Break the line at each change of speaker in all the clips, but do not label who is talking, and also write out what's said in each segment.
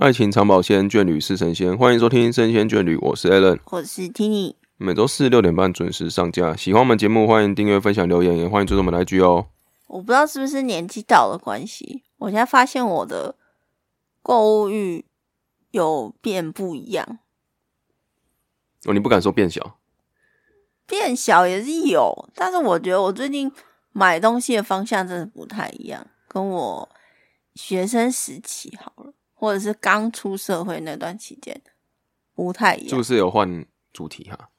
爱情长保鲜，眷侣是神仙。欢迎收听《神仙眷侣》，我是 Allen，
我是 Tini，
每周四六点半准时上架。喜欢我们节目，欢迎订阅、分享、留言，也欢迎追踪我们的 IG 哦。
我不知道是不是年纪到了关系，我现在发现我的购物欲有变不一样，
哦，你不敢说变小，
变小也是有，但是我觉得我最近买东西的方向真的不太一样，跟我学生时期好了，或者是刚出社会那段期间不太一
是
样
不。是有换主题哈？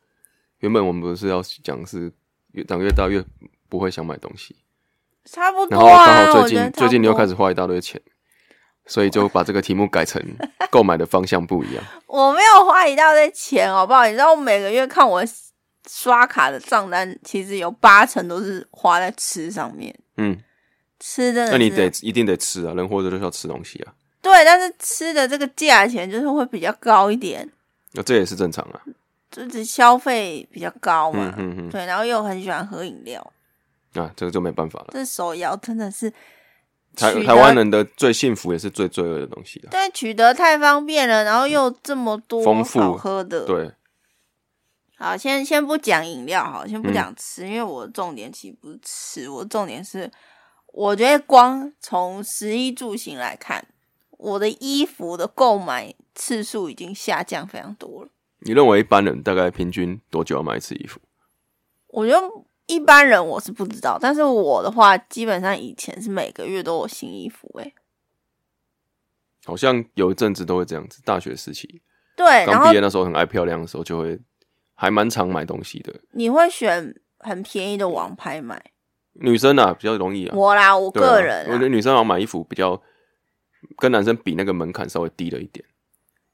原本我们不是要讲是越长越大越不会想买东西，
差不多
然后刚
啊，
好
我
最
觉得
近最近你又开
始，
始花一大堆钱，所以就把这个题目改成购买的方向不 一样。
我没有花一大堆钱，好不好？你知道我每个月看我刷卡的账单，其实有八成都是花在吃上面，
嗯，
吃真的是。
那你得一定得吃啊，人活着就是要吃东西啊，
对，但是吃的这个价钱就是会比较高一点，
那这也是正常啊。
就是消费比较高嘛
嗯。嗯
对，然后又很喜欢喝饮料，
嗯，啊，这个就没办法了。
这手摇真的是
台
取得
台湾人的最幸福也是最罪恶的东西啊。
对取得太方便了，然后又这么多
丰富
好喝的，
对，
好，先先不讲饮料，好，先
嗯
不讲吃，因为我的重点其实不是吃，我的重点是，我觉得光从食衣住行来看，我的衣服的购买次数已经下降非常多了。
你认为一般人大概平均多久要买一次衣服？
我觉得一般人我是不知道，但是我的话，基本上以前是每个月都有新衣服、欸，诶，
好像有一阵子都会这样子，大学时期
对，然
刚
后
毕业那时候很爱漂亮的时候，就会还蛮常买东西的。
你会选很便宜的网拍买，
女生啊比较容易啊，
我啦，我
对啊
个人、
我觉
啊
得女生好像买衣服比较跟男生比那个门槛稍微低了一点，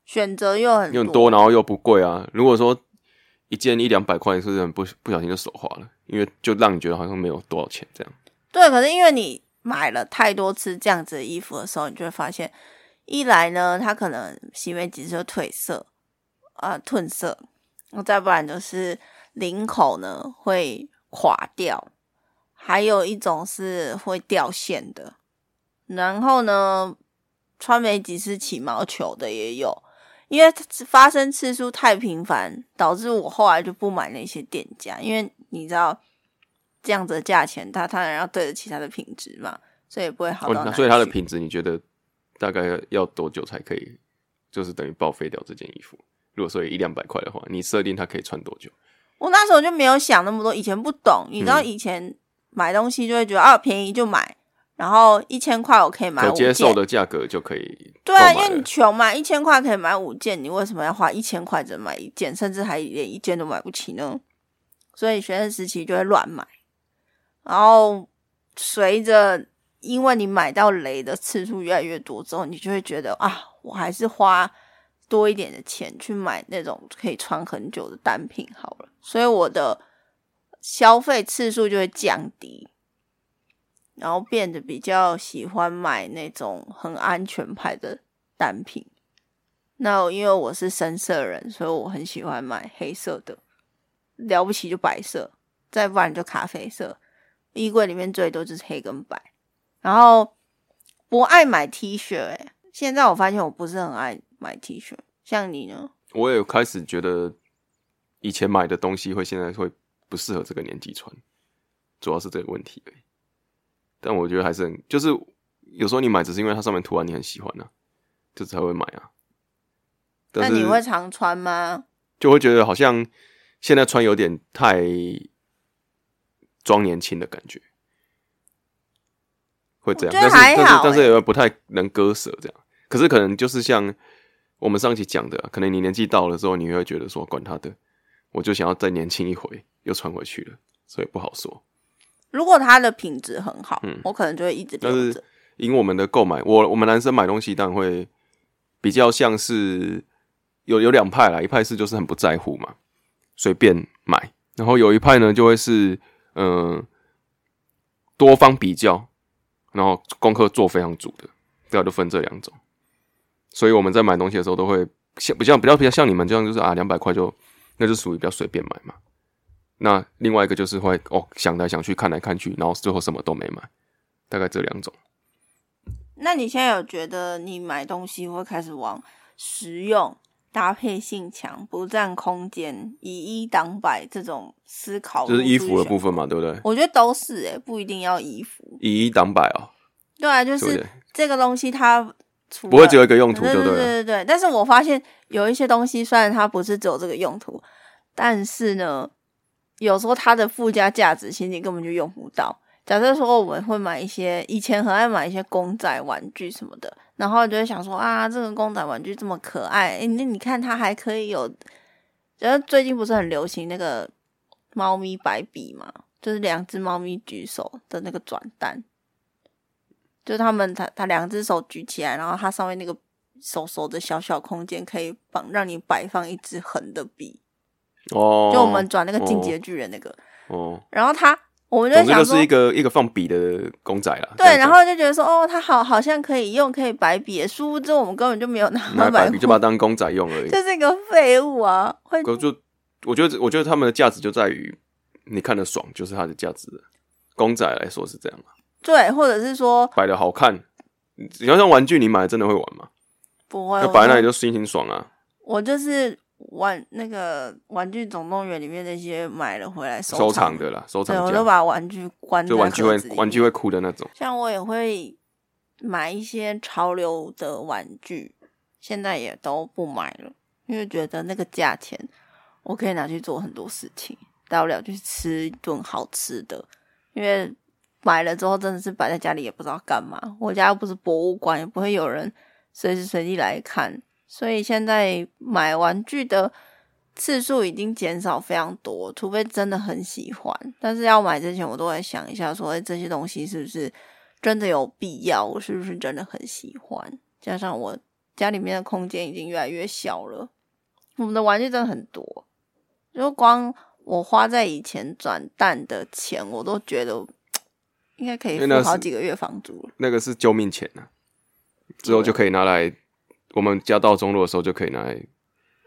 选择又很
又很多，然后又不贵啊。如果说一件一两百块，是不是很不不小心就手滑了？因为就让你觉得好像没有多少钱这样。
对，可是因为你买了太多次这样子的衣服的时候，你就会发现，一来呢，它可能洗没几次就褪色啊、褪色，再不然就是领口呢会垮掉，还有一种是会掉线的，然后呢，穿没几次起毛球的也有。因为发生次数太频繁，导致我后来就不买那些店家，因为你知道这样子的价钱，它当然要对得起它的品质嘛，所以也不会
哦
好到哪、
那
里
所以它的
去
品质，你觉得大概要多久才可以，就是等于报废掉这件衣服？如果说有一两百块的话，你设定它可以穿多久？
我那时候就没有想那么多，以前不懂，你知道
嗯
以前买东西就会觉得、啊便宜就买，然后一千块我可以买
可
五
接
件，
受的价格就可以购
对
买
啊，
了。
因为你穷嘛，一千块可以买五件，你为什么要花一千块只买一件，甚至还连一件都买不起呢？所以学生时期就会乱买，然后随着因为你买到雷的次数越来越多之后，你就会觉得啊，我还是花多一点的钱去买那种可以穿很久的单品好了，所以我的消费次数就会降低。然后变得比较喜欢买那种很安全牌的单品。那因为我是深色人，所以我很喜欢买黑色的，了不起就白色，再不然就咖啡色。衣柜里面最多就是黑跟白，然后不爱买 T 恤、欸。现在我发现我不是很爱买 T 恤，像你呢？
我也开始觉得以前买的东西会现在会不适合这个年纪穿，主要是这个问题而已。但我觉得还是很，就是有时候你买只是因为它上面图案你很喜欢啊，就才会买啊。
那
但是
你会常穿吗？
就会觉得好像现在穿有点太装年轻的感觉，会这样。
我
但
觉得
是
还
但
好
是但是
欸
也不太能割舍这样。可是可能就是像我们上期讲的啊、可能你年纪到了之后，你会觉得说管他的，我就想要再年轻一回，又穿回去了，所以不好说。
如果它的品质很好，
嗯
我可能就会一直
但
留
是
着。
因我们的购买，我我们男生买东西当然会比较像是有有两派啦，一派是就是很不在乎嘛，随便买，然后有一派呢就会是嗯、呃多方比较，然后功课做非常足的，对啊，就分这两种。所以我们在买东西的时候都会像比较比较比较像你们这样，就是啊两百块就那就属于比较随便买嘛。那另外一个就是会哦想来想去看来看去，然后最后什么都没买，大概这两种。
那你现在有觉得你买东西会开始往实用、搭配性强、不占空间、以一挡百这种思考？
就是衣服的部，分嘛，对不对？
我觉得都是诶、不一定要衣服。
以一挡百哦，
对啊，就
对不
是
对？
这个东西它除
不会
了
只有一个用途
对
就
对
了。
对对。但是我发现有一些东西，虽然它不是只有这个用途，但是呢，有时候它的附加价值其实你根本就用不到。假设说我们会买一些，以前很爱买一些公仔玩具什么的，然后就会想说啊，这个公仔玩具这么可爱，诶那你看它还可以有，就是最近不是很流行那个猫咪白笔嘛，就是两只猫咪举手的那个转蛋，就他们他他两只手举起来，然后它上面那个手手的小小空间可以放让你摆放一支横的笔，
哦，
就我们转那个进
哦
击的巨人那个，
哦，
然后他我们就
总
会
之
想
就
说
是一。个一个放笔的公仔啦。这
对，
样
然
讲
后就觉得说，哦，它好，好像可以用，可以摆笔。殊不知我们根本就没有拿
拿
它
来摆
笔
笔，就把它当公仔用而已。
这是一个废物啊！会
可就我觉得，我觉得他们的价值就在于你看得爽，就是它的价值了。公仔来说是这样嘛，
对，或者是说
摆的好看。你要像玩具，你买真的会玩吗？
不会
那，摆在那
我
里
就
就心情爽啊。
我就是玩那个《玩具总动员》里面那些买了回来
收
藏
藏，的啦，收
对，
藏
我都
家，
把玩具关
就
在
玩具
盒
会
子里
玩具
面
会哭的那种。
像我也会买一些潮流的玩具，现在也都不买了，因为觉得那个价钱我可以拿去做很多事情，大不了去吃一顿好吃的，因为买了之后真的是摆在家里也不知道干嘛。我家又不是博物馆，也不会有人随时随地来看，所以现在买玩具的。次数已经减少非常多，除非真的很喜欢。但是要买之前，我都会想一下说，哎，这些东西是不是真的有必要，我是不是真的很喜欢？加上我家里面的空间已经越来越小了，我们的玩具真的很多，就光我花在以前转蛋的钱，我都觉得应该可以
因为那
付好
是
几个月房租了。
那个是救命钱啊，之后就可以拿来我们家道中落的时候就可以拿来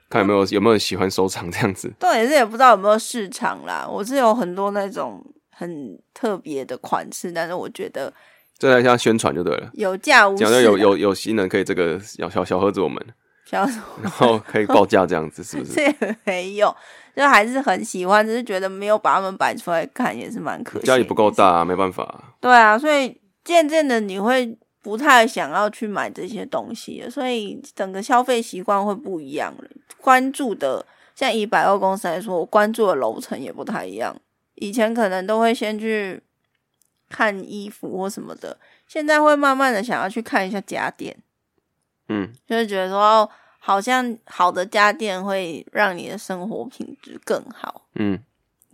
看有没有有没有人喜欢收藏这样子。
重点是也不知道有没有市场啦。我是有很多那种很特别的款式，但是我觉得
再来一下宣传就对了，
有价无市
讲
啊。
到有有有新人可以这个小小小盒子我们，
想要说
然后可以报价这样子，是不 是？
这也没有，就还是很喜欢，只是觉得没有把它们摆出来看，也是蛮可惜。
家里不够。大、啊，没办法啊、
对啊，所以渐渐的你会不太想要去买这些东西了，所以整个消费习惯会不一样了。关注的，像以百货公司来说，我关注的楼层也不太一样。以前可能都会先去看衣服或什么的，现在会慢慢的想要去看一下家电。
嗯，
就是觉得说，哦好像好的家电会让你的生活品质更好。
嗯，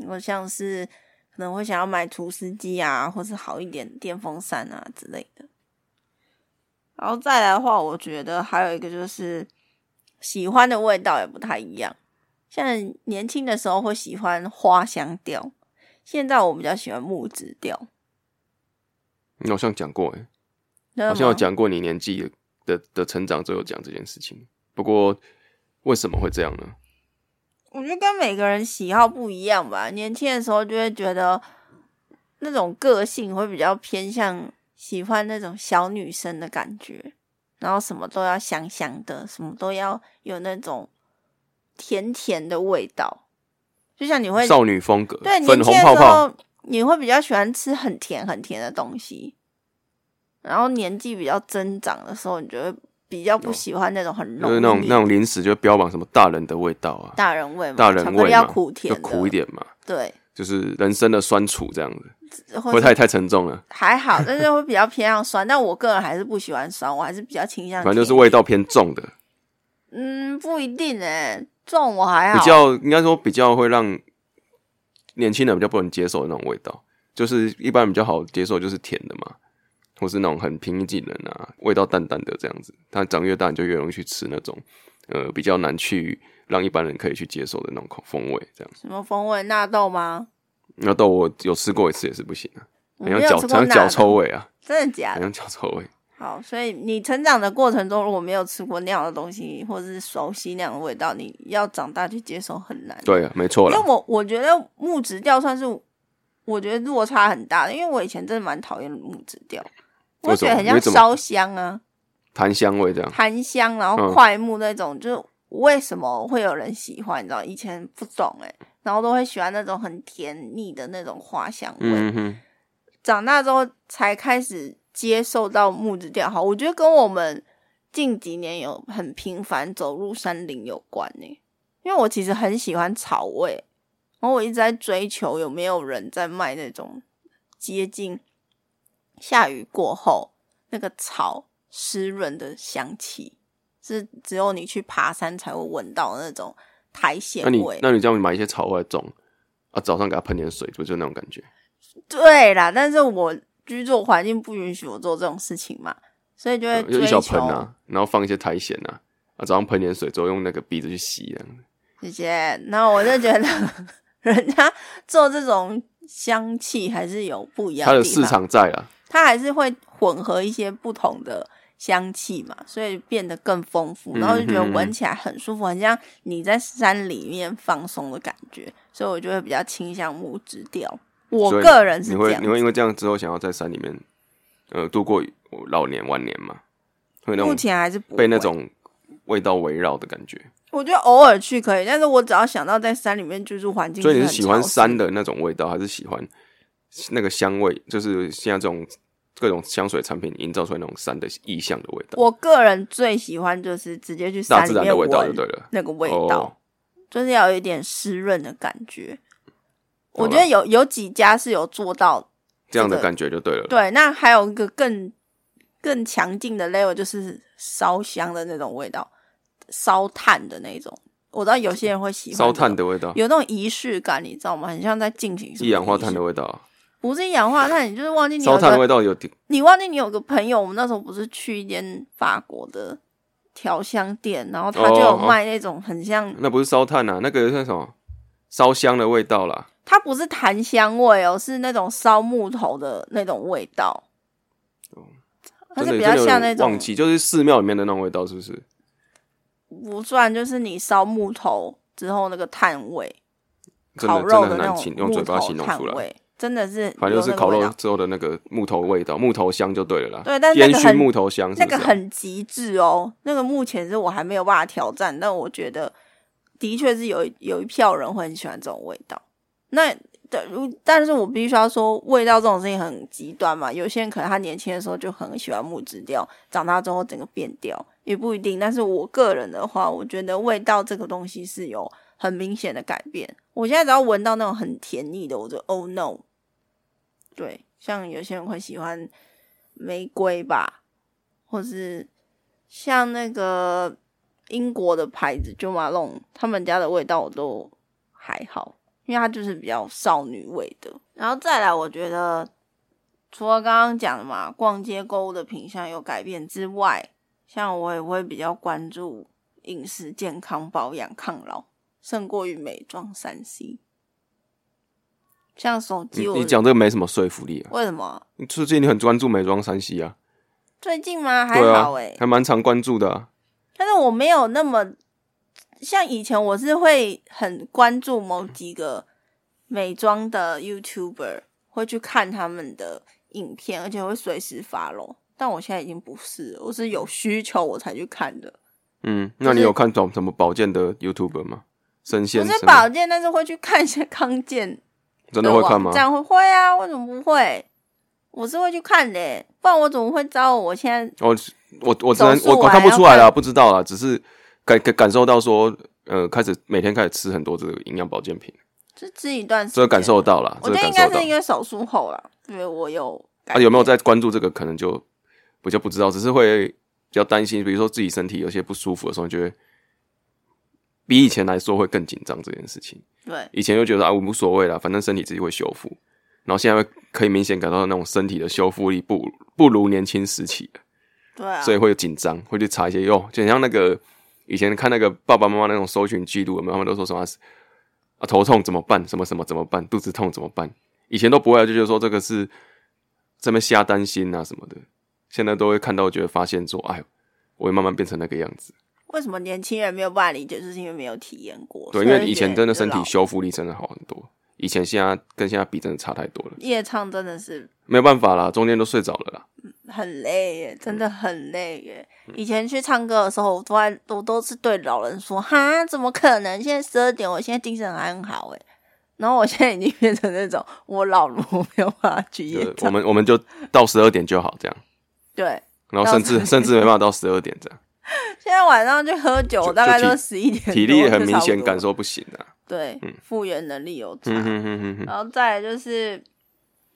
我像是可能会想要买除湿机啊，或是好一点的电风扇啊之类的。然后再来的话，我觉得还有一个就是喜欢的味道也不太一样。像年轻的时候会喜欢花香调，现在我比较喜欢木质调。
你好像讲过、
嗯
欸，
真的
好像有
吗
讲过你年纪的的的成长之后有讲这件事情。不过为什么会这样呢？
我觉得跟每个人喜好不一样吧。年轻的时候就会觉得那种个性会比较偏向喜欢那种小女生的感觉，然后什么都要香香的，什么都要有那种甜甜的味道。就像你会
少女风格，
对
粉
年轻
红
的时
泡
候，
泡，
你会比较喜欢吃很甜很甜的东西，然后年纪比较增长的时候，你就会比较不喜欢那种很
就
浓
是
郁
那种那种零食就标榜什么大人的味道啊，
大人味嘛，
大人
巧克
味
力
嘛，
要苦甜
就苦一点嘛，
的，对。
就是人生的酸楚这样子，
或
会
是
不会太太沉重了。
还好，但是会比较偏向酸。但我个人还是不喜欢酸，我还是比较倾向
反正就是
啊甜
味道偏重的，
嗯，不一定诶、重我还好，
比较应该说比较会让年轻人比较不能接受的那种味道，就是一般比较好接受就是甜的嘛，或是那种很平易近人啊，味道淡淡的这样子。但长越大，你就越容易去吃那种呃比较难去让一般人可以去接受的那种口风味这样。
什么风味纳豆吗？
那豆我有吃过一次也是不行啊，
我
很
没
像脚
有吃
很
过
像
纳
脚
豆，
臭味啊，
真的假
很
的？
像脚臭味。
好，所以你成长的过程中，如果没有吃过那样的东西，或者是熟悉那样的味道，你要长大去接受很难。
对啊，没错
因
啦
为。我我觉得木质调算是我觉得落差很大的，因为我以前真的蛮讨厌木质调，我觉得很
为
像
什么
烧香啊，
檀香味这样。
檀香，然后
啊嗯
快木那种，就是为什么会有人喜欢？你知道，以前不懂哎、然后都会喜欢那种很甜腻的那种花香味。
嗯哼，
长大之后才开始接受到木质调好，我觉得跟我们近几年有很频繁走入山林有关呢、因为我其实很喜欢草味，然后我一直在追求有没有人在卖那种接近下雨过后那个草湿润的香气，是只有你去爬山才会闻到那种苔藓
那你
味。
那你这样买一些草回来种啊，早上给它喷点水，不就那种感觉？
对啦，但是我居住环境不允许我做这种事情嘛，所以就会
嗯就
追
一
求
小盆啊，然后放一些苔藓啊，啊，早上喷点水之后用那个鼻子去吸这样子。
这些。然后我就觉得人家做这种香气还是有不一样
它的
地
市
方，
场在啊，
它还是会混合一些不同的香气嘛，所以变得更丰富。
嗯
然后就觉得
嗯嗯
闻起来很舒服，很像你在山里面放松的感觉，所以我就会比较倾向木质调。我
所以
个人是
你
这
会
样
你会因为这样之后想要在山里面呃度过老年晚年嘛？会那
目
种
前还是不
被那
会
种味道围绕的感觉，
我觉得偶尔去可以，但是我只要想到在山里面居住环境，
所以你是喜欢山
的？
的那种味道，还是喜欢那个香味？就是现在这种各种香水产品营造出来那种山的意象的味道，
我个人最喜欢就是直接去
大
山里
自然的
面
味
闻
道就对了。
那个味
哦
道，就是要有一点湿润的感觉。
懂
我
了
觉得有有几家是有做到，
这样的
这个
感觉就对了。，
对。那还有一个更更强劲的 level 就是烧香的那种味道，烧炭的那种。我知道有些人会喜欢
烧炭
这种，
的味道，
有那种仪式感，你知道吗？很像在进行什么
一氧化
仪
碳
式
的味道，
不是一氧化碳，你就是忘记你有
烧
一个
炭的味道有点
你忘记你有个朋友，我们那时候不是去一间法国的调香店，然后他就有
哦哦
卖那种很像，
那不是烧炭啊，那个算什么？烧香的味道啦，
它不是檀香味哦，是那种烧木头的那种味道，它
真
是
的
比
哦真
较
的有
像
点
那种
忘记，就是寺庙里面的那种味道，是不是？
不算，就是你烧木头之后那个炭味，
真
烤
的
肉
真的很
的那
难
种
形用
木
嘴巴
头
形容
炭
出来，
味，真的是
反正就是
有那个
烤
味
肉
道
之后的那个木头味道，木头香就对了啦。
对但是那
烟
个
熏
很
木头香是不啊是，
那个很极致哦，那个目前是我还没有办法挑战，但我觉得的确是有一有一票人会很喜欢这种味道。那对，如但是我必须要说，味道这种事情很极端嘛。有些人可能他年轻的时候就很喜欢木质调，长大之后整个变调也不一定。但是我个人的话，我觉得味道这个东西是有很明显的改变。我现在只要闻到那种很甜腻的，我就 Oh no。对，像有些人会喜欢玫瑰吧，或是像那个英国的牌子就马龙，他们家的味道我都还好，因为它就是比较少女味的。然后再来，我觉得除了刚刚讲的嘛，逛街购物的品相有改变之外，像我也会比较关注饮食健康、保养、抗老，胜过于美妆三 C。像手机
你
我，
你讲这个没什么说服力啊。
为什么？
你最近你很专注美妆山西啊，
最近吗？还
对啊
好欸诶、，
还蛮常关注的啊。
但是我没有那么像以前，我是会很关注某几个美妆的 YouTuber，会去看他们的影片，而且会随时发咯。但我现在已经不是了，我是有需求我才去看的，
嗯，那你有看懂什么保健的 YouTube 吗？生
不
鲜
是
什么
保健，但是会去看一些康健
真的会看吗
这？样会会啊？为什么不会？我是会去看的、欸不然我怎么会知道我现在
我哦我我只能
手术
我我
完
看不
要
出来啦，
看
不知道啦，只是感感感受到说，呃，开始每天开始吃很多这个营养保健品，
就吃一段时间？
这个感受到啦，
我
这
觉
个
得
感
应该
受到
是。因为手术后了，因为我有改
啊，有没有
变
在关注这个？可能就比较不知道，只是会比较担心，比如说自己身体有些不舒服的时候，就会比以前来说会更紧张这件事情。
对？
以前就觉得啊，我无所谓啦，反正身体自己会修复。然后现在会可以明显感到那种身体的修复力不不如年轻时期了
对啊，
所以会紧张，会去查一些哟，就很像那个以前看那个爸爸妈妈那种搜寻记录，有没有他们都说什么啊啊头痛怎么办，什么什么怎么办，肚子痛怎么办？以前都不会啊，就觉得说这个是这边瞎担心啊什么的，现在都会看到，觉得发现说，哎呦，我会慢慢变成那个样子。
为什么年轻人没有办法理解，就是因为没有体验过。
对，因
哦所
为
就
以
觉
前
得
真的
就
身体
老
修复力真的好很多，以前现在跟现在比真的差太多了，
夜唱真的是
没有办法啦，中间都睡着了啦，
很累
嗯
耶，真的很累耶。以前去唱歌的时候，我都在我都是对老人说：“哈，怎么可能？现在十二点，我现在精神还很好哎。”然后我现在已经变成那种我老了，我没有办法去夜
就我
唱。
们我们就到十二点就好这样，
对，
然后甚至甚至没办法到十二点这样，
现在晚上去喝酒，
就
大概
就
都
体
十一点多，
体力也很
就
明
差不
显
多
感受不行啊。
对
嗯
复原能力有差。
嗯哼哼哼哼，
然后再来就是，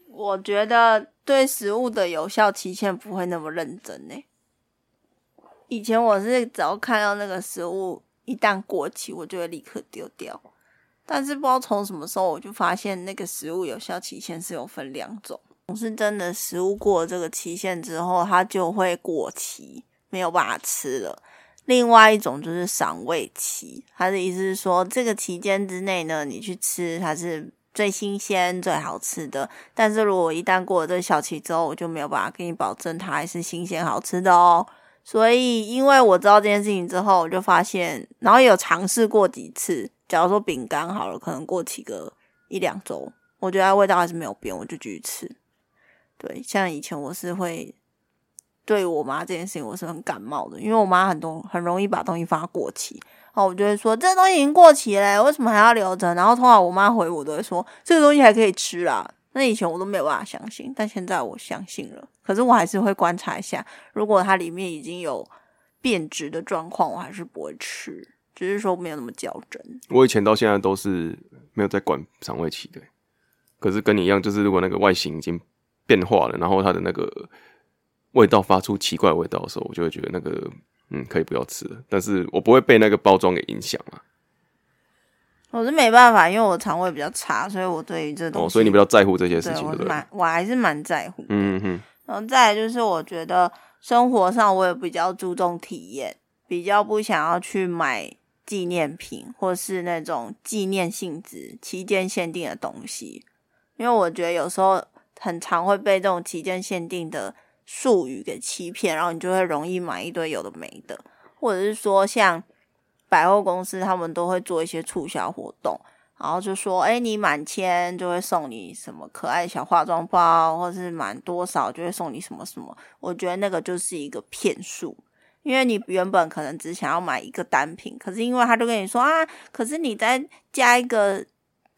我觉得对食物的有效期限不会那么认真呢、以前我是只要看到那个食物一旦过期，我就会立刻丢掉。但是不知道从什么时候，我就发现那个食物有效期限是有分两种，我是真的食物过了这个期限之后，它就会过期，没有办法吃了。另外一种就是赏味期，它的意思是说，这个期间之内呢，你去吃它是最新鲜、最好吃的。但是如果一旦过了这个小期之后，我就没有办法给你保证它还是新鲜好吃的哦。所以，因为我知道这件事情之后，我就发现，然后也有尝试过几次。假如说饼干好了，可能过期个一两周，我觉得它味道还是没有变，我就继续吃。对，像以前我是会对我妈这件事情我是很感冒的，因为我妈很多很容易把东西放到过期，然后我就会说这东西已经过期了，为什么还要留着？然后通常我妈回我都会说这个东西还可以吃啦。那以前我都没有办法相信，但现在我相信了。可是我还是会观察一下，如果它里面已经有变质的状况，我还是不会吃，只是说没有那么较真。
我以前到现在都是没有在管肠胃期的，欸可是跟你一样，就是如果那个外形已经变化了，然后它的那个味道发出奇怪的味道的时候，我就会觉得那个嗯可以不要吃了，但是我不会被那个包装给影响啊。
我是没办法，因为我肠胃比较差，所以我对于这东西，
哦，所以你比较在乎这些事
对
情，
我
对
是
不对？
蛮我还是蛮在乎的。
嗯哼，
然后再来就是，我觉得生活上我也比较注重体验，比较不想要去买纪念品或是那种纪念性质、期间限定的东西，因为我觉得有时候很常会被这种期间限定的术语给欺骗，然后你就会容易买一堆有的没的，或者是说像百货公司他们都会做一些促销活动。然后就说，哎，你满千就会送你什么可爱小化妆包，或是满多少就会送你什么什么。我觉得那个就是一个骗术，因为你原本可能只想要买一个单品，可是因为他就跟你说啊，可是你再加一个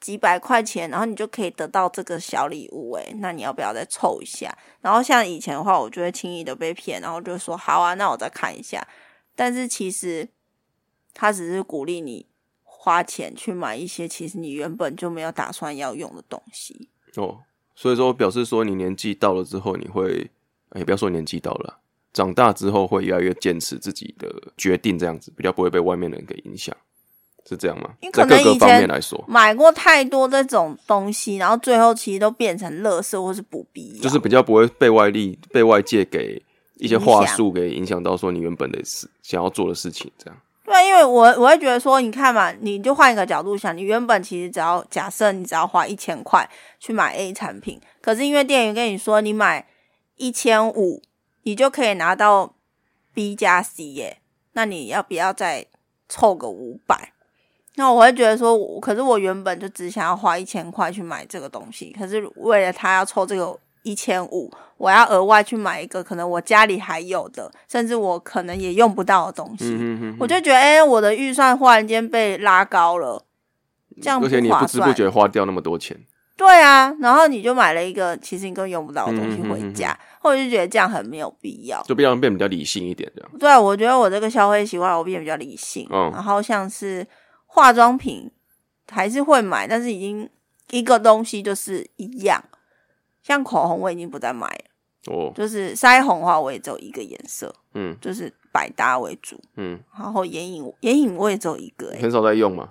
几百块钱，然后你就可以得到这个小礼物，诶，那你要不要再凑一下？然后像以前的话，我就会轻易的被骗，然后就说好啊，那我再看一下。但是其实他只是鼓励你花钱去买一些其实你原本就没有打算要用的东西。
哦，所以说表示说你年纪到了之后，你会，哎，不要说年纪到了啊，长大之后会越来越坚持自己的决定，这样子比较不会被外面的人给影响，是这样吗
因为？可
在
能
各个
以
方
前
面来说，
买过太多这种东西，然后最后其实都变成垃圾或是不必要。
就是比较不会被外力、被外界给一些话
影响
术给影响到，说你原本的事想要做的事情，这样。
对，啊因为我我会觉得说，你看嘛，你就换一个角度想，你原本其实只要假设你只要花一千块去买 A 产品，可是因为店员跟你说你买一千五，你就可以拿到 B 加 C 耶，那你要不要再凑个五百？那我会觉得说，我可是我原本就只想要花一千块去买这个东西，可是为了他要凑这个一千五，我要额外去买一个可能我家里还有的，甚至我可能也用不到的东西。
嗯
我就觉得，哎、我的预算忽然间被拉高了，这样
嗯而且你
划
不知不
算。
觉花掉那么多钱，
对啊，然后你就买了一个其实你根本用不到的东西
嗯嗯嗯
回
嗯
家，我就觉得这样很没有必要。
就比较变比较理性一点，这样。
对，啊我觉得我这个消费习惯我变得比较理性，
嗯
然后像是化妆品还是会买，但是已经一个东西就是一样，像口红我已经不再买了，
哦，
就是腮红的话我也只有一个颜色，
嗯
就是百搭为主，
嗯，
然后眼影眼影我也只有一个、欸，
很少在用嘛。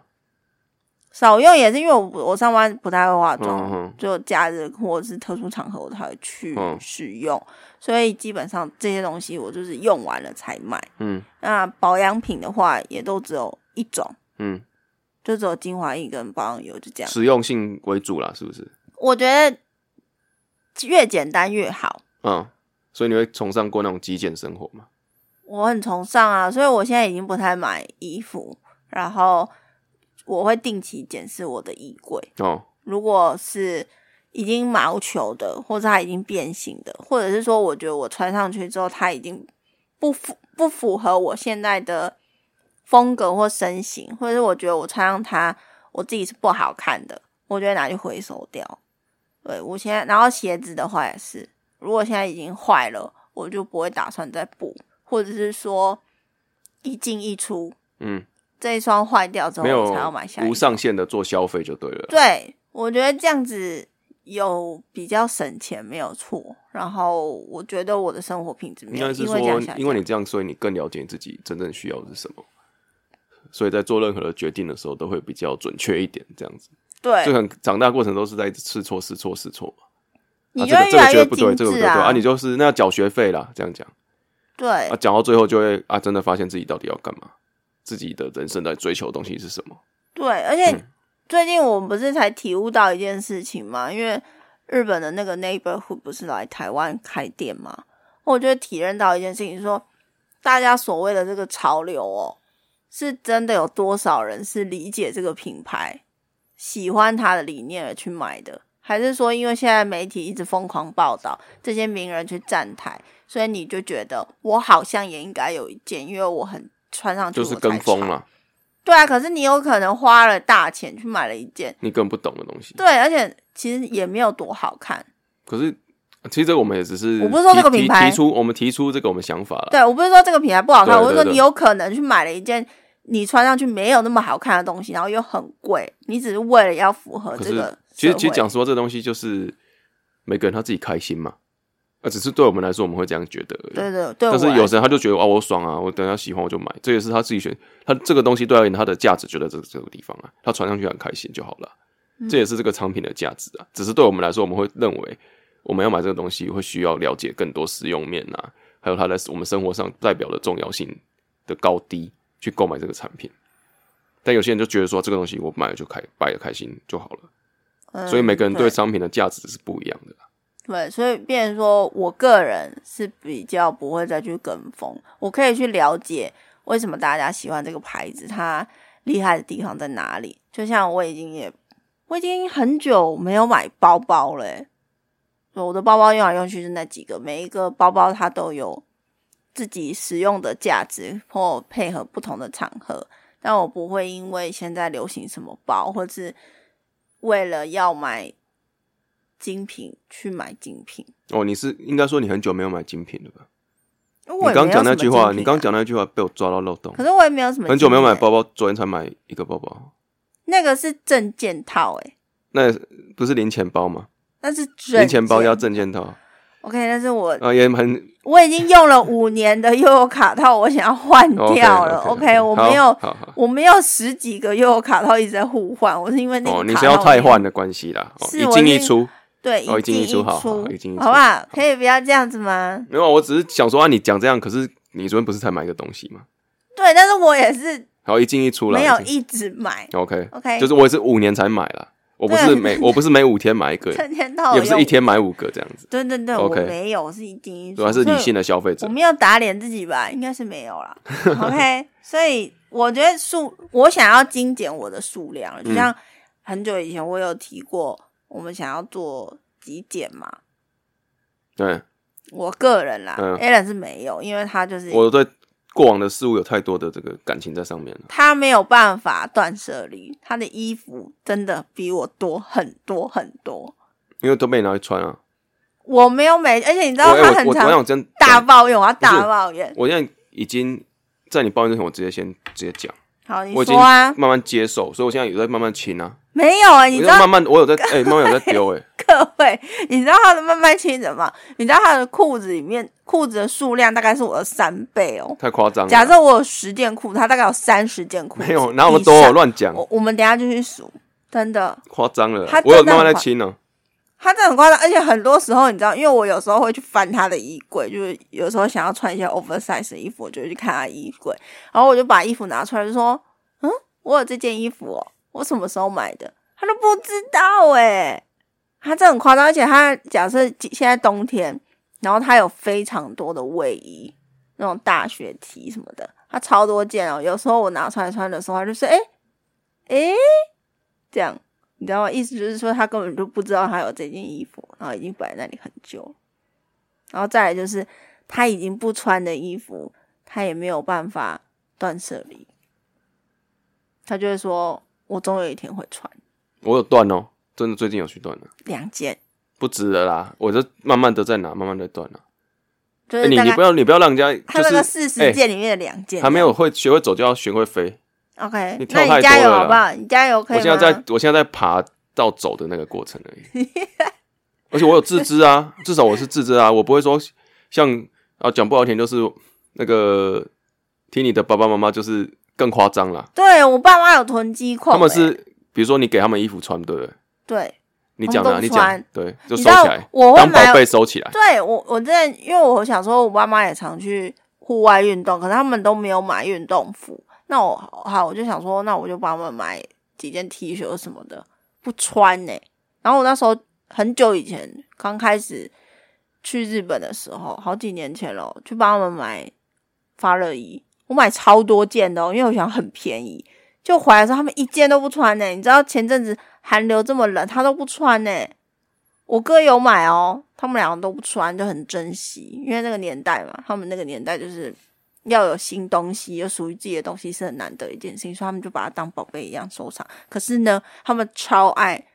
少用也是因为我不我上班不太会化妆，
嗯哼
就假日或者是特殊场合我才会去
嗯
使用，所以基本上这些东西我就是用完了才买。
嗯
那保养品的话，也都只有一种，
嗯，
就只有精华液跟保养油，就这样。
实用性为主啦，是不是？
我觉得越简单越好，
嗯，所以你会崇尚过那种极简生活嘛？
我很崇尚啊，所以我现在已经不太买衣服，然后我会定期检视我的衣柜。
哦，
如果是已经毛球的，或者它已经变形的，或者是说，我觉得我穿上去之后，它已经不符不符合我现在的风格或身形，或者是我觉得我穿上它，我自己是不好看的，我就会拿去回收掉。对我现在，然后鞋子的话也是，如果现在已经坏了，我就不会打算再补，或者是说一进一出，
嗯，
这一双坏掉之后
没有
我才要买下一
无
双。
上限的做消费就对了。
对，我觉得这样子有比较省钱，没有错。然后我觉得我的生活品质没
应
有
该是
因
说
为这样下，
因为你这样，所以你更了解自己真正需要的是什么，所以在做任何的决定的时候都会比较准确一点，这样子。就
对，
很长大过程都是在试错、试错、试错嘛。
你
啊，
就
这
会
个这个觉
越来
得
越
不对，
精
这个不
致
对，对啊，你
对
就是那要缴学费啦，这样讲啊，讲到最后就会啊，真的发现自己到底要干嘛，自己的人生在追求的东西是什么。
对，而且
嗯
最近我们不是才体悟到一件事情嘛，因为日本的那个 neighborhood 不是来台湾开店嘛，我就体认到一件事情说大家所谓的这个潮流哦，是真的有多少人是理解这个品牌、喜欢它的理念而去买的，还是说因为现在媒体一直疯狂报道这些名人去站台，所以你就觉得我好像也应该有一件，因为我很穿上去
就是
我才
跟风
潮
啦，
对啊，可是你有可能花了大钱去买了一件，
你更不懂的东西。
对，而且其实也没有多好看。
可是呃其实这个我们也只是
我不是说
提
这个
提
品牌
提出我们提出这个我们想法了，
对我不是说这个品牌不好看，
啊对
我是说
对对
你有可能去买了一件你穿上去没有那么好看的东西，然后又很贵，你只是为了要符合
可
啊这
是
个
其实
社
其实
会
讲说这东西就是每个人他自己开心嘛，啊，只是对我们来说我们会这样觉得而已。
对对对，
但是
我
有
来
时候他就觉得啊，我爽啊，我等他喜欢我就买，这也是他自己选。他这个东西对他而言，他的价值就在这这个地方啊，他穿上去很开心就好了。
嗯
这也是这个商品的价值啊。只是对我们来说，我们会认为我们要买这个东西，会需要了解更多实用面啊，还有它在我们生活上代表的重要性的高低，去购买这个产品。但有些人就觉得说，这个东西我买了就开，买了开心就好了。
嗯
所以每个人对
对
商品的价值是不一样的。
对，所以变成说我个人是比较不会再去跟风，我可以去了解为什么大家喜欢这个牌子，它厉害的地方在哪里。就像我已经也，我已经很久没有买包包了、欸，我的包包用来用去是那几个，每一个包包它都有自己使用的价值，或配合不同的场合。但我不会因为现在流行什么包，或是为了要买精品去买精品。
哦，你是应该说你很久没有买精品了吧？
因为
你
我也
刚
没有
讲
什
那
么
句话，
精品
你刚
啊，
讲那句话被我抓到漏洞
可。是我也没有什么
很久没有买
精品欸，
包包，昨天才买一个包包，
那个是证件套、欸，诶，
那不是零钱包吗？
那是证
零钱包要证
件
件套
OK，但是我
啊，也很
我已经用了五年的悠游卡套，我想要换掉了。
OK，
我没有。
哦好好
我没有十几个悠游卡套一直在互换，我是因为那个
哦，你
卡
是要
套
汰
没
换的关系啦，哦
是
一
我
进
是
一出。
对，
哦一进
进
一出好
出
好，一进一出
好不好？可以不要这样子吗？
没有，我只是想说啊，你讲这样，可是你昨天不是才买一个东西吗？
对，但是我也是
然后一进一出啦，
没有
已经
一直买
OK，
，OK，
就是我也是五年才买啦，我不是
对
每我不是每五天买一个，
天天到
也
有
不是一，天买五个这样子，
对对对，我
OK
没有，我是一进一出，
主要是
所以
理性的消费者
我。没有打脸自己吧？应该是没有 啦。OK，所以我觉得数，我想要精简我的数量了，就
嗯
像很久以前我有提过，我们想要做极简嘛。
对，
我个人啦、
嗯
a l a n 是没有，因为他就是
我对过往的事物有太多的这个感情在上面了。
他没有办法断舍离，他的衣服真的比我多很多很多。
因为都被你拿去穿啊。
我没有每，而且你知
我哎
道他
我
很
我我
常
想真
大
讲，
抱怨，我要
不是
大抱怨。
我现在已经在你抱怨之前，我直接先直接讲，
好，你
我已经
说啊，
慢慢接受，所以我现在有在慢慢清啊，
没有啊、你
我就
知道
慢慢我有在哎、慢慢有在 丢哎、
各位，你知道他的慢慢清什么？你知道他的裤子里面裤子的数量大概是我的三倍哦。
太夸张了，
假设我有十件裤，他大概有三十件裤子。
没有哪有那么多乱讲，
我我们等一下就去数，真的，
夸张了
他，
我有
真的
慢慢在啊
很
清呢、
他真的很夸张。而且很多时候，你知道，因为我有时候会去翻他的衣柜，就是有时候想要穿一些 oversize 的衣服，我就会去看他衣柜，然后我就把衣服拿出来，就说：“嗯，我有这件衣服哦，我什么时候买的？”他都不知道哎、他这很夸张，而且他假设现在冬天，然后他有非常多的卫衣，那种大学 T 什么的，他超多件哦。有时候我拿出来穿的时候，他就说：“哎、诶哎、这样，你知道吗？意思就是说他根本就不知道他有这件衣服，然后已经摆在那里很久了。然后再来就是他已经不穿的衣服，他也没有办法断舍离，他就会说：“我总有一天会穿
我有断哦，真的最近有去断了，
两件。
不值得啦，我就慢慢的在拿，慢慢的断了。”
就
哎、
是
你
大
你
概
不要你不要让人家
他
就
那个
是
四
哎
十件里面的两件，
还没有会学会走就要学会飞。
OK，
你跳
那
太
你加
多
油
了
好不
啦
好？你加油可以
我
吗？
现在在我现在在爬到走的那个过程而已， 而且我有自知啊，至少我是自知啊，我不会说像啊讲不好听就是那个听你的爸爸妈妈就是更夸张啦，
对我爸妈有囤积控、
他们
哎
是比如说你给他们衣服穿，对不对？
对，
你讲的啊、
他们
你
都不穿
讲对，就
你
收起
知道
来，
我会
当宝
买
贝收起来。
对我，我真的，因为我想说，我爸妈也常去户外运动，可是他们都没有买运动服。那我好，我就想说，那我就帮他们买几件 T 恤什么的，不穿呢、然后我那时候很久以前刚开始去日本的时候，好几年前了，去帮他们买发热衣，我买超多件的、哦，因为我想很便宜。就回来的时候，他们一件都不穿呢、你知道前阵子寒流这么冷，他都不穿呢、我哥有买哦，他们两个都不穿，就很珍惜，因为那个年代嘛，他们那个年代就是要有新东西，有属于自己的东西是很难得一件事情，所以他们就把它当宝贝一样收藏。可是呢，他们超爱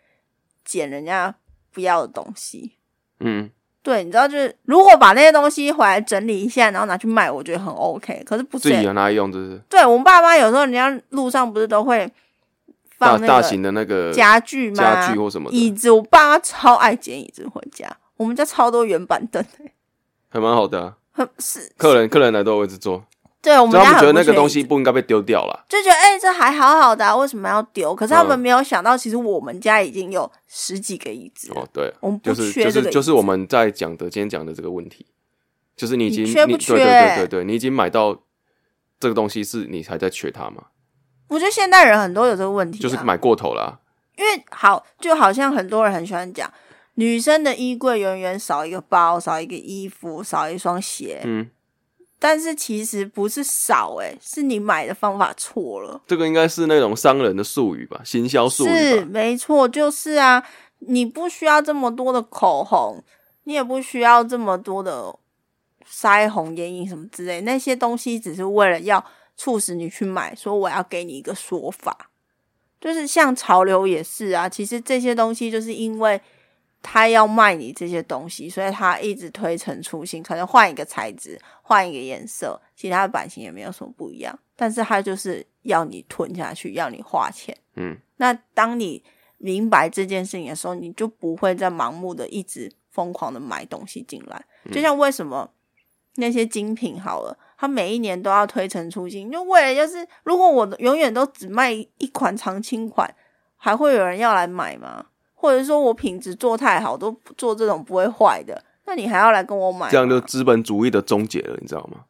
捡人家不要的东西。
嗯，
对，你知道，就是如果把那些东西回来整理一下，然后拿去卖，我觉得很 OK。可是不
自
是
己有拿来用，就是
对我们爸妈有时候人家路上不是都会
大
放那
大
个
型的那个
家具吗？
家具或什么
椅
的，
子，我爸妈超爱捡椅子回家，我们家超多原板凳、欸，
还蛮好的、啊。
很是，
客人客人来都会一直做，
对我
就
们
他
家
们觉
很
得
不
那个
缺
东
椅
西
子
不应该被丢掉啦。
就觉得哎、欸这还好好的啊、为什么要丢？可是他们
嗯
没有想到，其实我们家已经有十几个椅子了，
哦，对，
我们
就
不
是
缺
就
这个
是
椅
就是
子
我们在讲的今天讲的这个问题，就是你已
你
经
缺不
对对对
缺
对对，你已经买到这个东西是你还在缺它嘛，
我觉得现代人很多有这个问题、啊，
就是买过头啦、
因为好，就好像很多人很喜欢讲，女生的衣柜永远少一个包，少一个衣服，少一双鞋，
嗯，
但是其实不是少、欸，是你买的方法错了。
这个应该是那种商人的术语吧，行销术语
是
吧。
没错，就是啊，你不需要这么多的口红，你也不需要这么多的腮红、眼影什么之类，那些东西只是为了要促使你去买，说我要给你一个说法。就是像潮流也是啊，其实这些东西就是因为他要卖你这些东西，所以他一直推陈出新，可能换一个材质，换一个颜色，其他的版型也没有什么不一样，但是他就是要你吞下去，要你花钱。
嗯，
那当你明白这件事情的时候，你就不会再盲目的一直疯狂的买东西进来。
嗯
就像为什么那些精品好了，它每一年都要推陈出新，就为了就是如果我永远都只卖一款常青款，还会有人要来买吗？或者说我品质做太好，都不做这种不会坏的，那你还要来跟我买吗？
这样就资本主义的终结了，你知道吗？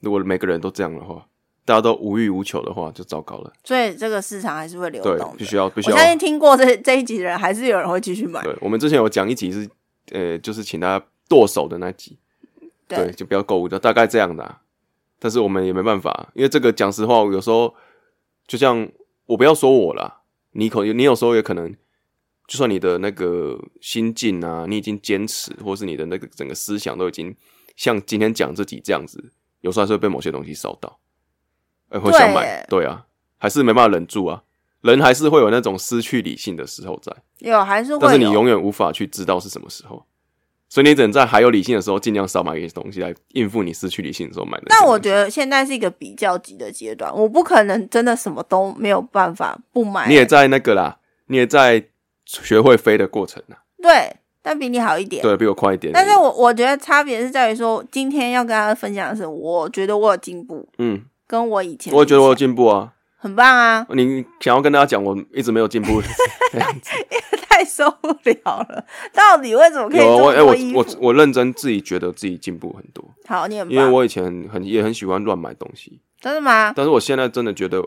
如果每个人都这样的话，大家都无欲无求的话，就糟糕了。
所以这个市场还是会流
对
动，
必
的。
须要必须
我
要
相信听过这这一集的人，还是有人会继续买。
对，我们之前有讲一集是，呃，就是请大家剁手的那集，
对
对，就不要购物的，大概这样的、啊。但是我们也没办法，啊因为这个讲实话，我有时候就像我不要说我啦，你可你有时候也可能，就算你的那个心境啊，你已经坚持，或是你的那个整个思想都已经像今天讲这集这样子，有时候还是会被某些东西烧到，呃，会想买，对啊，还是没办法忍住啊，人还是会有那种失去理性的时候在。
有还是会有。
但是你永远无法去知道是什么时候，所以你只能在还有理性的时候，尽量少买一些东西来应付你失去理性的时候买的。
但我觉得现在是一个比较级的阶段，我不可能真的什么都没有办法不买。
你也在那个啦，你也在学会飞的过程啊，
对，但比你好一点。
对比我快一点。
但是我我觉得差别是在于说，今天要跟大家分享的是，我觉得我有进步，
嗯，
跟我以前
我也觉得我有
比起来
进步啊。
很棒啊，
你想要跟大家讲，我一直没有进步，这样子
太受不了了。到底为什么可以
有啊我
这么
哎
多衣
我我
服？
我认真自己觉得自己进步很多，
好，你很
因为
棒，
我以前很也很喜欢乱买东西，
真的吗？
但是我现在真的觉得，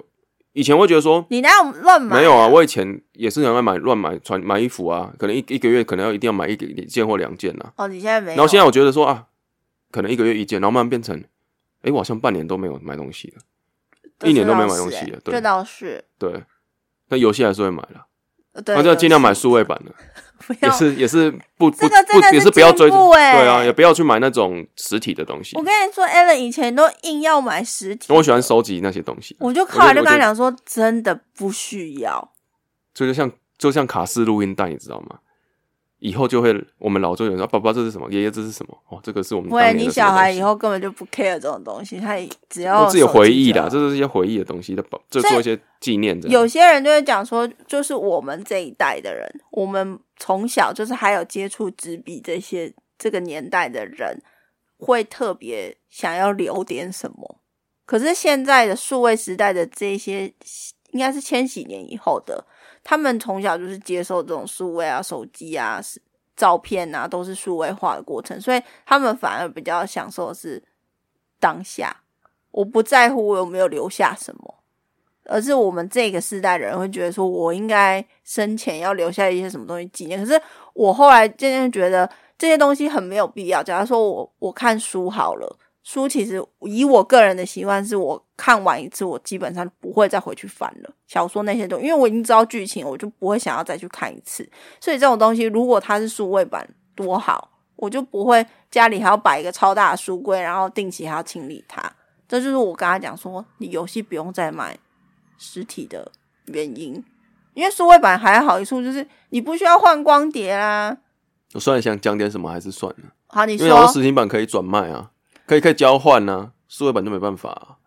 以前会觉得说
你哪有乱买？
没有啊，，我以前也是很爱买乱买穿买衣服啊，可能一一个月可能要一定要买一个一件或两件呐、啊。
哦，你现在没有。
然后现在我觉得说啊，可能一个月一件，然后慢慢变成，哎、我好像半年都没有买东西了，
这
一年都没
倒
买东
是
西
欸
了对
这倒是。
对。那游戏还是会买了，
呃对，
那就要
有
尽量买
是
数位版的，
不
也
要。
是也是不不
这个真的
不也
是
是不要追
进步
求，
欸
对啊，也不要去买那种实体的东西
我。跟你说 a l l n 以前都硬要买实体，
我喜欢收集那些东西，
我就后来就跟
我
他
就
讲说，真的不需要。
就就像就像卡式录音带，你知道吗？以后就会我们老就有人说：“爸爸这是什么？爷爷这是什么？”哦，这个是我们当
喂，
年
你
的什么
小孩
东西
以后根本就不 care 这种东西，他只要
我自己有
手机
回忆
就
的，
好
这是一些回忆的东西的，就
所以
做一些纪念的。
有些人就会讲说，就是我们这一代的人，我们从小就是还有接触纸笔这些这个年代的人，会特别想要留点什么。可是现在的数位时代的这些，应该是千禧年以后的，他们从小就是接受这种数位啊、手机啊、是照片啊，都是数位化的过程，所以他们反而比较享受的是当下。我不在乎我有没有留下什么，而是我们这个世代的人会觉得说，我应该生前要留下一些什么东西纪念。可是我后来渐渐觉得这些东西很没有必要。假如说我我看书好了，书其实以我个人的习惯，是我看完一次，我基本上不会再回去翻了。小说那些东西，因为我已经知道剧情，我就不会想要再去看一次。所以这种东西，如果它是数位版，多好，我就不会家里还要摆一个超大的书柜，然后定期还要清理它。这就是我跟他讲说，你游戏不用再买实体的原因，因为数位版还好一处就是你不需要换光碟啦。
我虽然想讲点什么，还是算了，
好，你
因为我
说，
实体版可以转卖啊，可以可以交换啊，数位版就没办法、啊。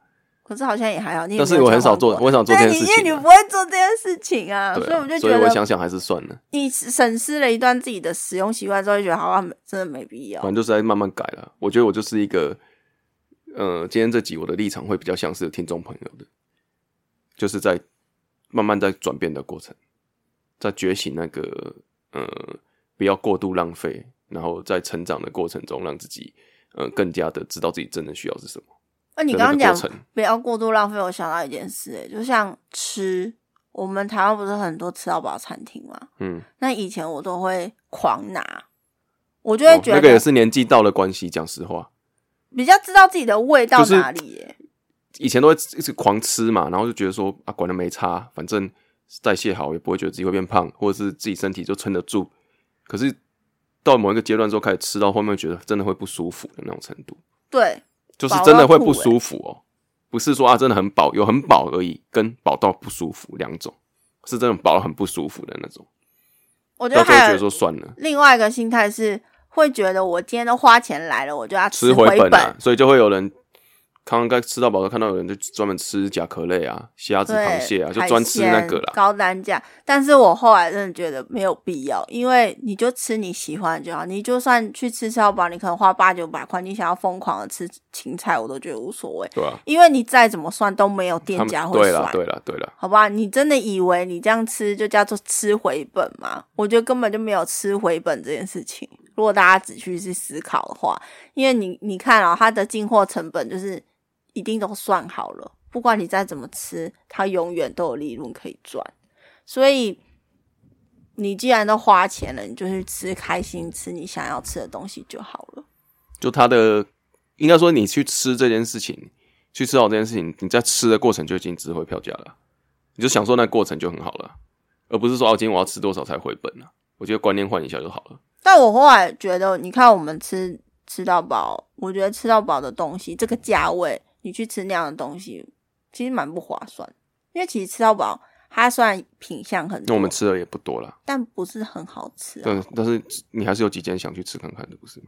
可是好像也还好。你也
但是
没有
我很
交换
少做，
过
我很少做这
对
件事
你因为你
情啊、
不会做这件事情啊，
对
所以我就
啊，
觉
所以我
得
想想还是算了，
你审视了一段自己的使用习惯之后，就觉得好像没真的没必要
反。正就是在慢慢改了。我觉得我就是一个，呃，今天这集我的立场会比较像是听众朋友的，就是在慢慢在转变的过程，在觉醒那个呃，不要过度浪费，然后在成长的过程中让自己呃更加的知道自己真正需要是什么。
那你
的
刚
那
刚
个
讲
过程
不要过度浪费，我想到一件事、欸，就像吃，我们台湾不是很多吃到饱餐厅吗？
嗯，
那以前我都会狂拿，我就会
哦
觉
那个也
得
是年纪到了关系。讲实话，
比较知道自己的味道
就是
哪里、欸耶。
以前都会一直狂吃嘛，然后就觉得说啊，管它没差，反正代谢好也不会觉得自己会变胖，或者是自己身体就撑得住。可是到某一个阶段之后，开始吃到后面，觉得真的会不舒服的那种程度，
对，
就是
饱到
真的会
吐
不
欸
舒服哦、不是说啊真的很饱，有很饱而已，跟饱到不舒服两种，是真的饱到很不舒服的那种。
我觉
到
得
最后
还
觉得
有
说算了，
另外一个心态是，会觉得我今天都花钱来了，我就要
吃
回
回本啊，所以就会有人。刚刚吃到饱，都看到有人就专门吃甲壳类啊、虾子、
对，
螃蟹啊，就
海
专吃那
鲜
个啦。
高单价。但是我后来真的觉得没有必要，因为你就吃你喜欢就好。你就算去吃吃到饱，你可能花八九百块，你想要疯狂的吃芹菜，我都觉得无所谓，
对啊，
因为你再怎么算都没有
他
店
们
家会
对
算
啦，。对啦，对啦，
好吧，你真的以为你这样吃就叫做吃回本吗？我觉得根本就没有吃回本这件事情。如果大家只去去思考的话，因为你你看啊、它的进货成本就是一定都算好了，不管你再怎么吃，它永远都有利润可以赚。所以你既然都花钱了，你就去吃开心，吃你想要吃的东西就好了。
就它的应该说你去吃这件事情，去吃好这件事情，你在吃的过程就已经值回票价了，你就享受那个过程就很好了，而不是说哦，今天我要吃多少才回本啊？我觉得观念换一下就好了。
但我后来觉得，你看我们吃吃到饱，我觉得吃到饱的东西，这个价位你去吃那样的东西，其实蛮不划算。因为其实吃到饱，它虽然品相很
那
多，
我们吃的也不多啦，
但不是很好吃、啊。
但但是你还是有几间想去吃看看的，不是吗？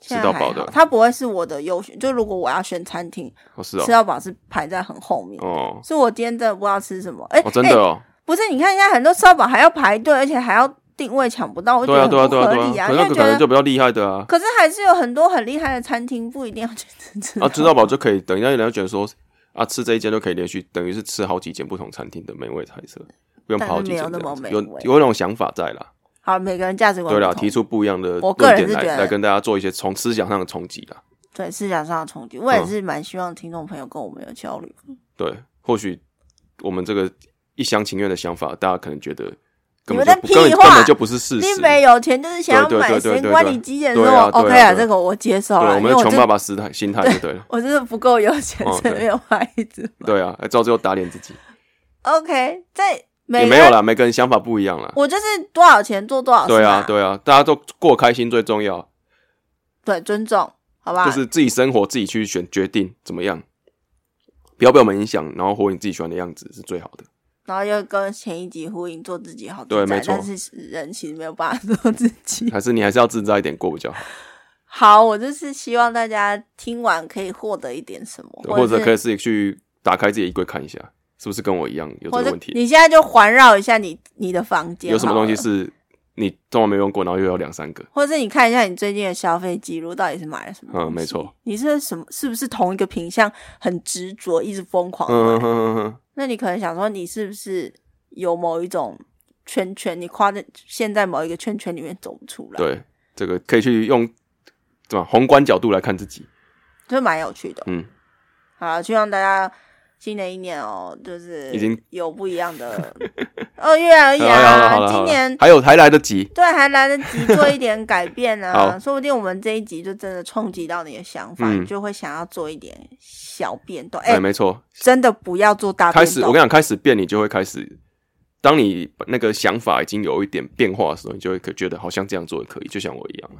现在
吃到
还
饱的
好它不会是我的优选。就如果我要选餐厅，
哦，是哦
吃，到饱是啊排在很后面。
哦，
所以我今天真的不知道吃什么。哎、
哦，真的
哎
哦，
不是，你看现在很多吃到饱还要排队，而且还要定位抢不哎到，我就
对
觉
啊，
得
对啊，
很
对啊，
不合
对
理
啊，
啊。
可
因
是
为
那个
觉
可能
得
就比较厉害的啊，
可是还是有很多很厉害的餐厅，不一定要去吃吃
啊，吃到饱就可以，等一下人家觉得说啊，吃这一间就可以连续，等于是吃好几间不同餐厅的美味菜色，不用
但
跑好
是
几
没有
间
那
这样
么
子
美
有
味
有那种想法在啦，
好，每个人价值观
对啦，
不同
提出不一样的
我
论
个人
点
是
来
觉得
来跟大家做一些从思想上的冲击啦。
对思想上的冲击，我也
嗯
是蛮希望听众朋友跟我们有交流。
对，或许我们这个一厢情愿的想法，大家可能觉得根
你
本
们在
就不根本
屁
根
话
本就不是事
你
实。
没有钱就是想要
对对
买，
对对
谁
对
管
对
你几点
对
生
啊
活？OK
对啊
啊，
对啊
这个我接受
对，
了，
我
因
们
为
有
我
穷
真
爸爸时态心态就对 了。
我真的不够有钱，
哦
所以
对
没有买一只。
对啊，照最后打脸自己。
OK，在
也
每
没有
了，
啦，每个人想法不一样啦。
我就是多少钱做多少事
对啊
嘛，
对啊，大家都过开心最重要，
对，尊重，好不好？
就是自己生活自己去选决定怎么样，不要被我们影响，然后活你自己喜欢的样子是最好的。
然后又跟前一集呼应，做自己好自
对
在
没错
但是人其实没有办法做自己。
还是你还是要自在一点过比较好，
好，我就是希望大家听完可以获得一点什么，
对或者可以
以
自己去打开自己的衣柜看一下，是不是跟我一样有
或
这
者
个问题？
你现在就环绕一下你你的房间，
有什么东西，是你从来没用过，然后又有两三个？
或者是你看一下你最近的消费记录到底是买了什么。
嗯，没错。
你是什么？是不是同一个品相很执着，一直疯狂买？
嗯哼哼哼哼，
那你可能想说，你是不是有某一种圈圈？你跨在现在某一个圈圈里面走不出来，，
对，这个可以去用怎么宏观角度来看自己。
就蛮有趣的。
嗯，
好啦，希望大家新的一年哦，就是
已经
有不一样的二月而已
好了好了好
啊，
了，
今
好了
年。
还有还来得及。
对，还来得及做一点改变啊，
好
说不定我们这一集就真的冲击到你的想法，
嗯
你就会想要做一点小变动。哎、
哎，没错，
真的不要做大啊变
开
动。
始我跟你讲，开始变你就会开始，当你那个想法已经有一点变化的时候，你就会可觉得好像这样做也可以，就像我一样了，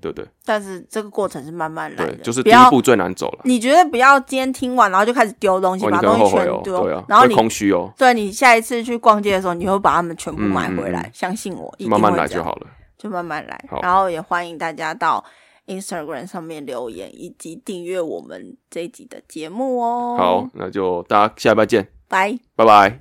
对不对？
但是这个过程是慢慢来的，
对，就是
哎不
第
要
一步最难走了。
你绝对不要今天听完然后就开始丢东西，
哦，你
把
可能
东
后
西
悔
全
哦，
丢，
对啊，
然后
会
你
空虚哦，
对你下一次去逛街的时候，你会把它们全部
嗯
买
嗯
回来，
嗯
相信我，一定
慢慢
会
来
这
就
样，
好了。
就慢慢来。
好
然后也欢迎大家到 Instagram 上面留言以及订阅我们这一集的节目哦。
好，，那就大家下礼拜见，
拜。
拜拜。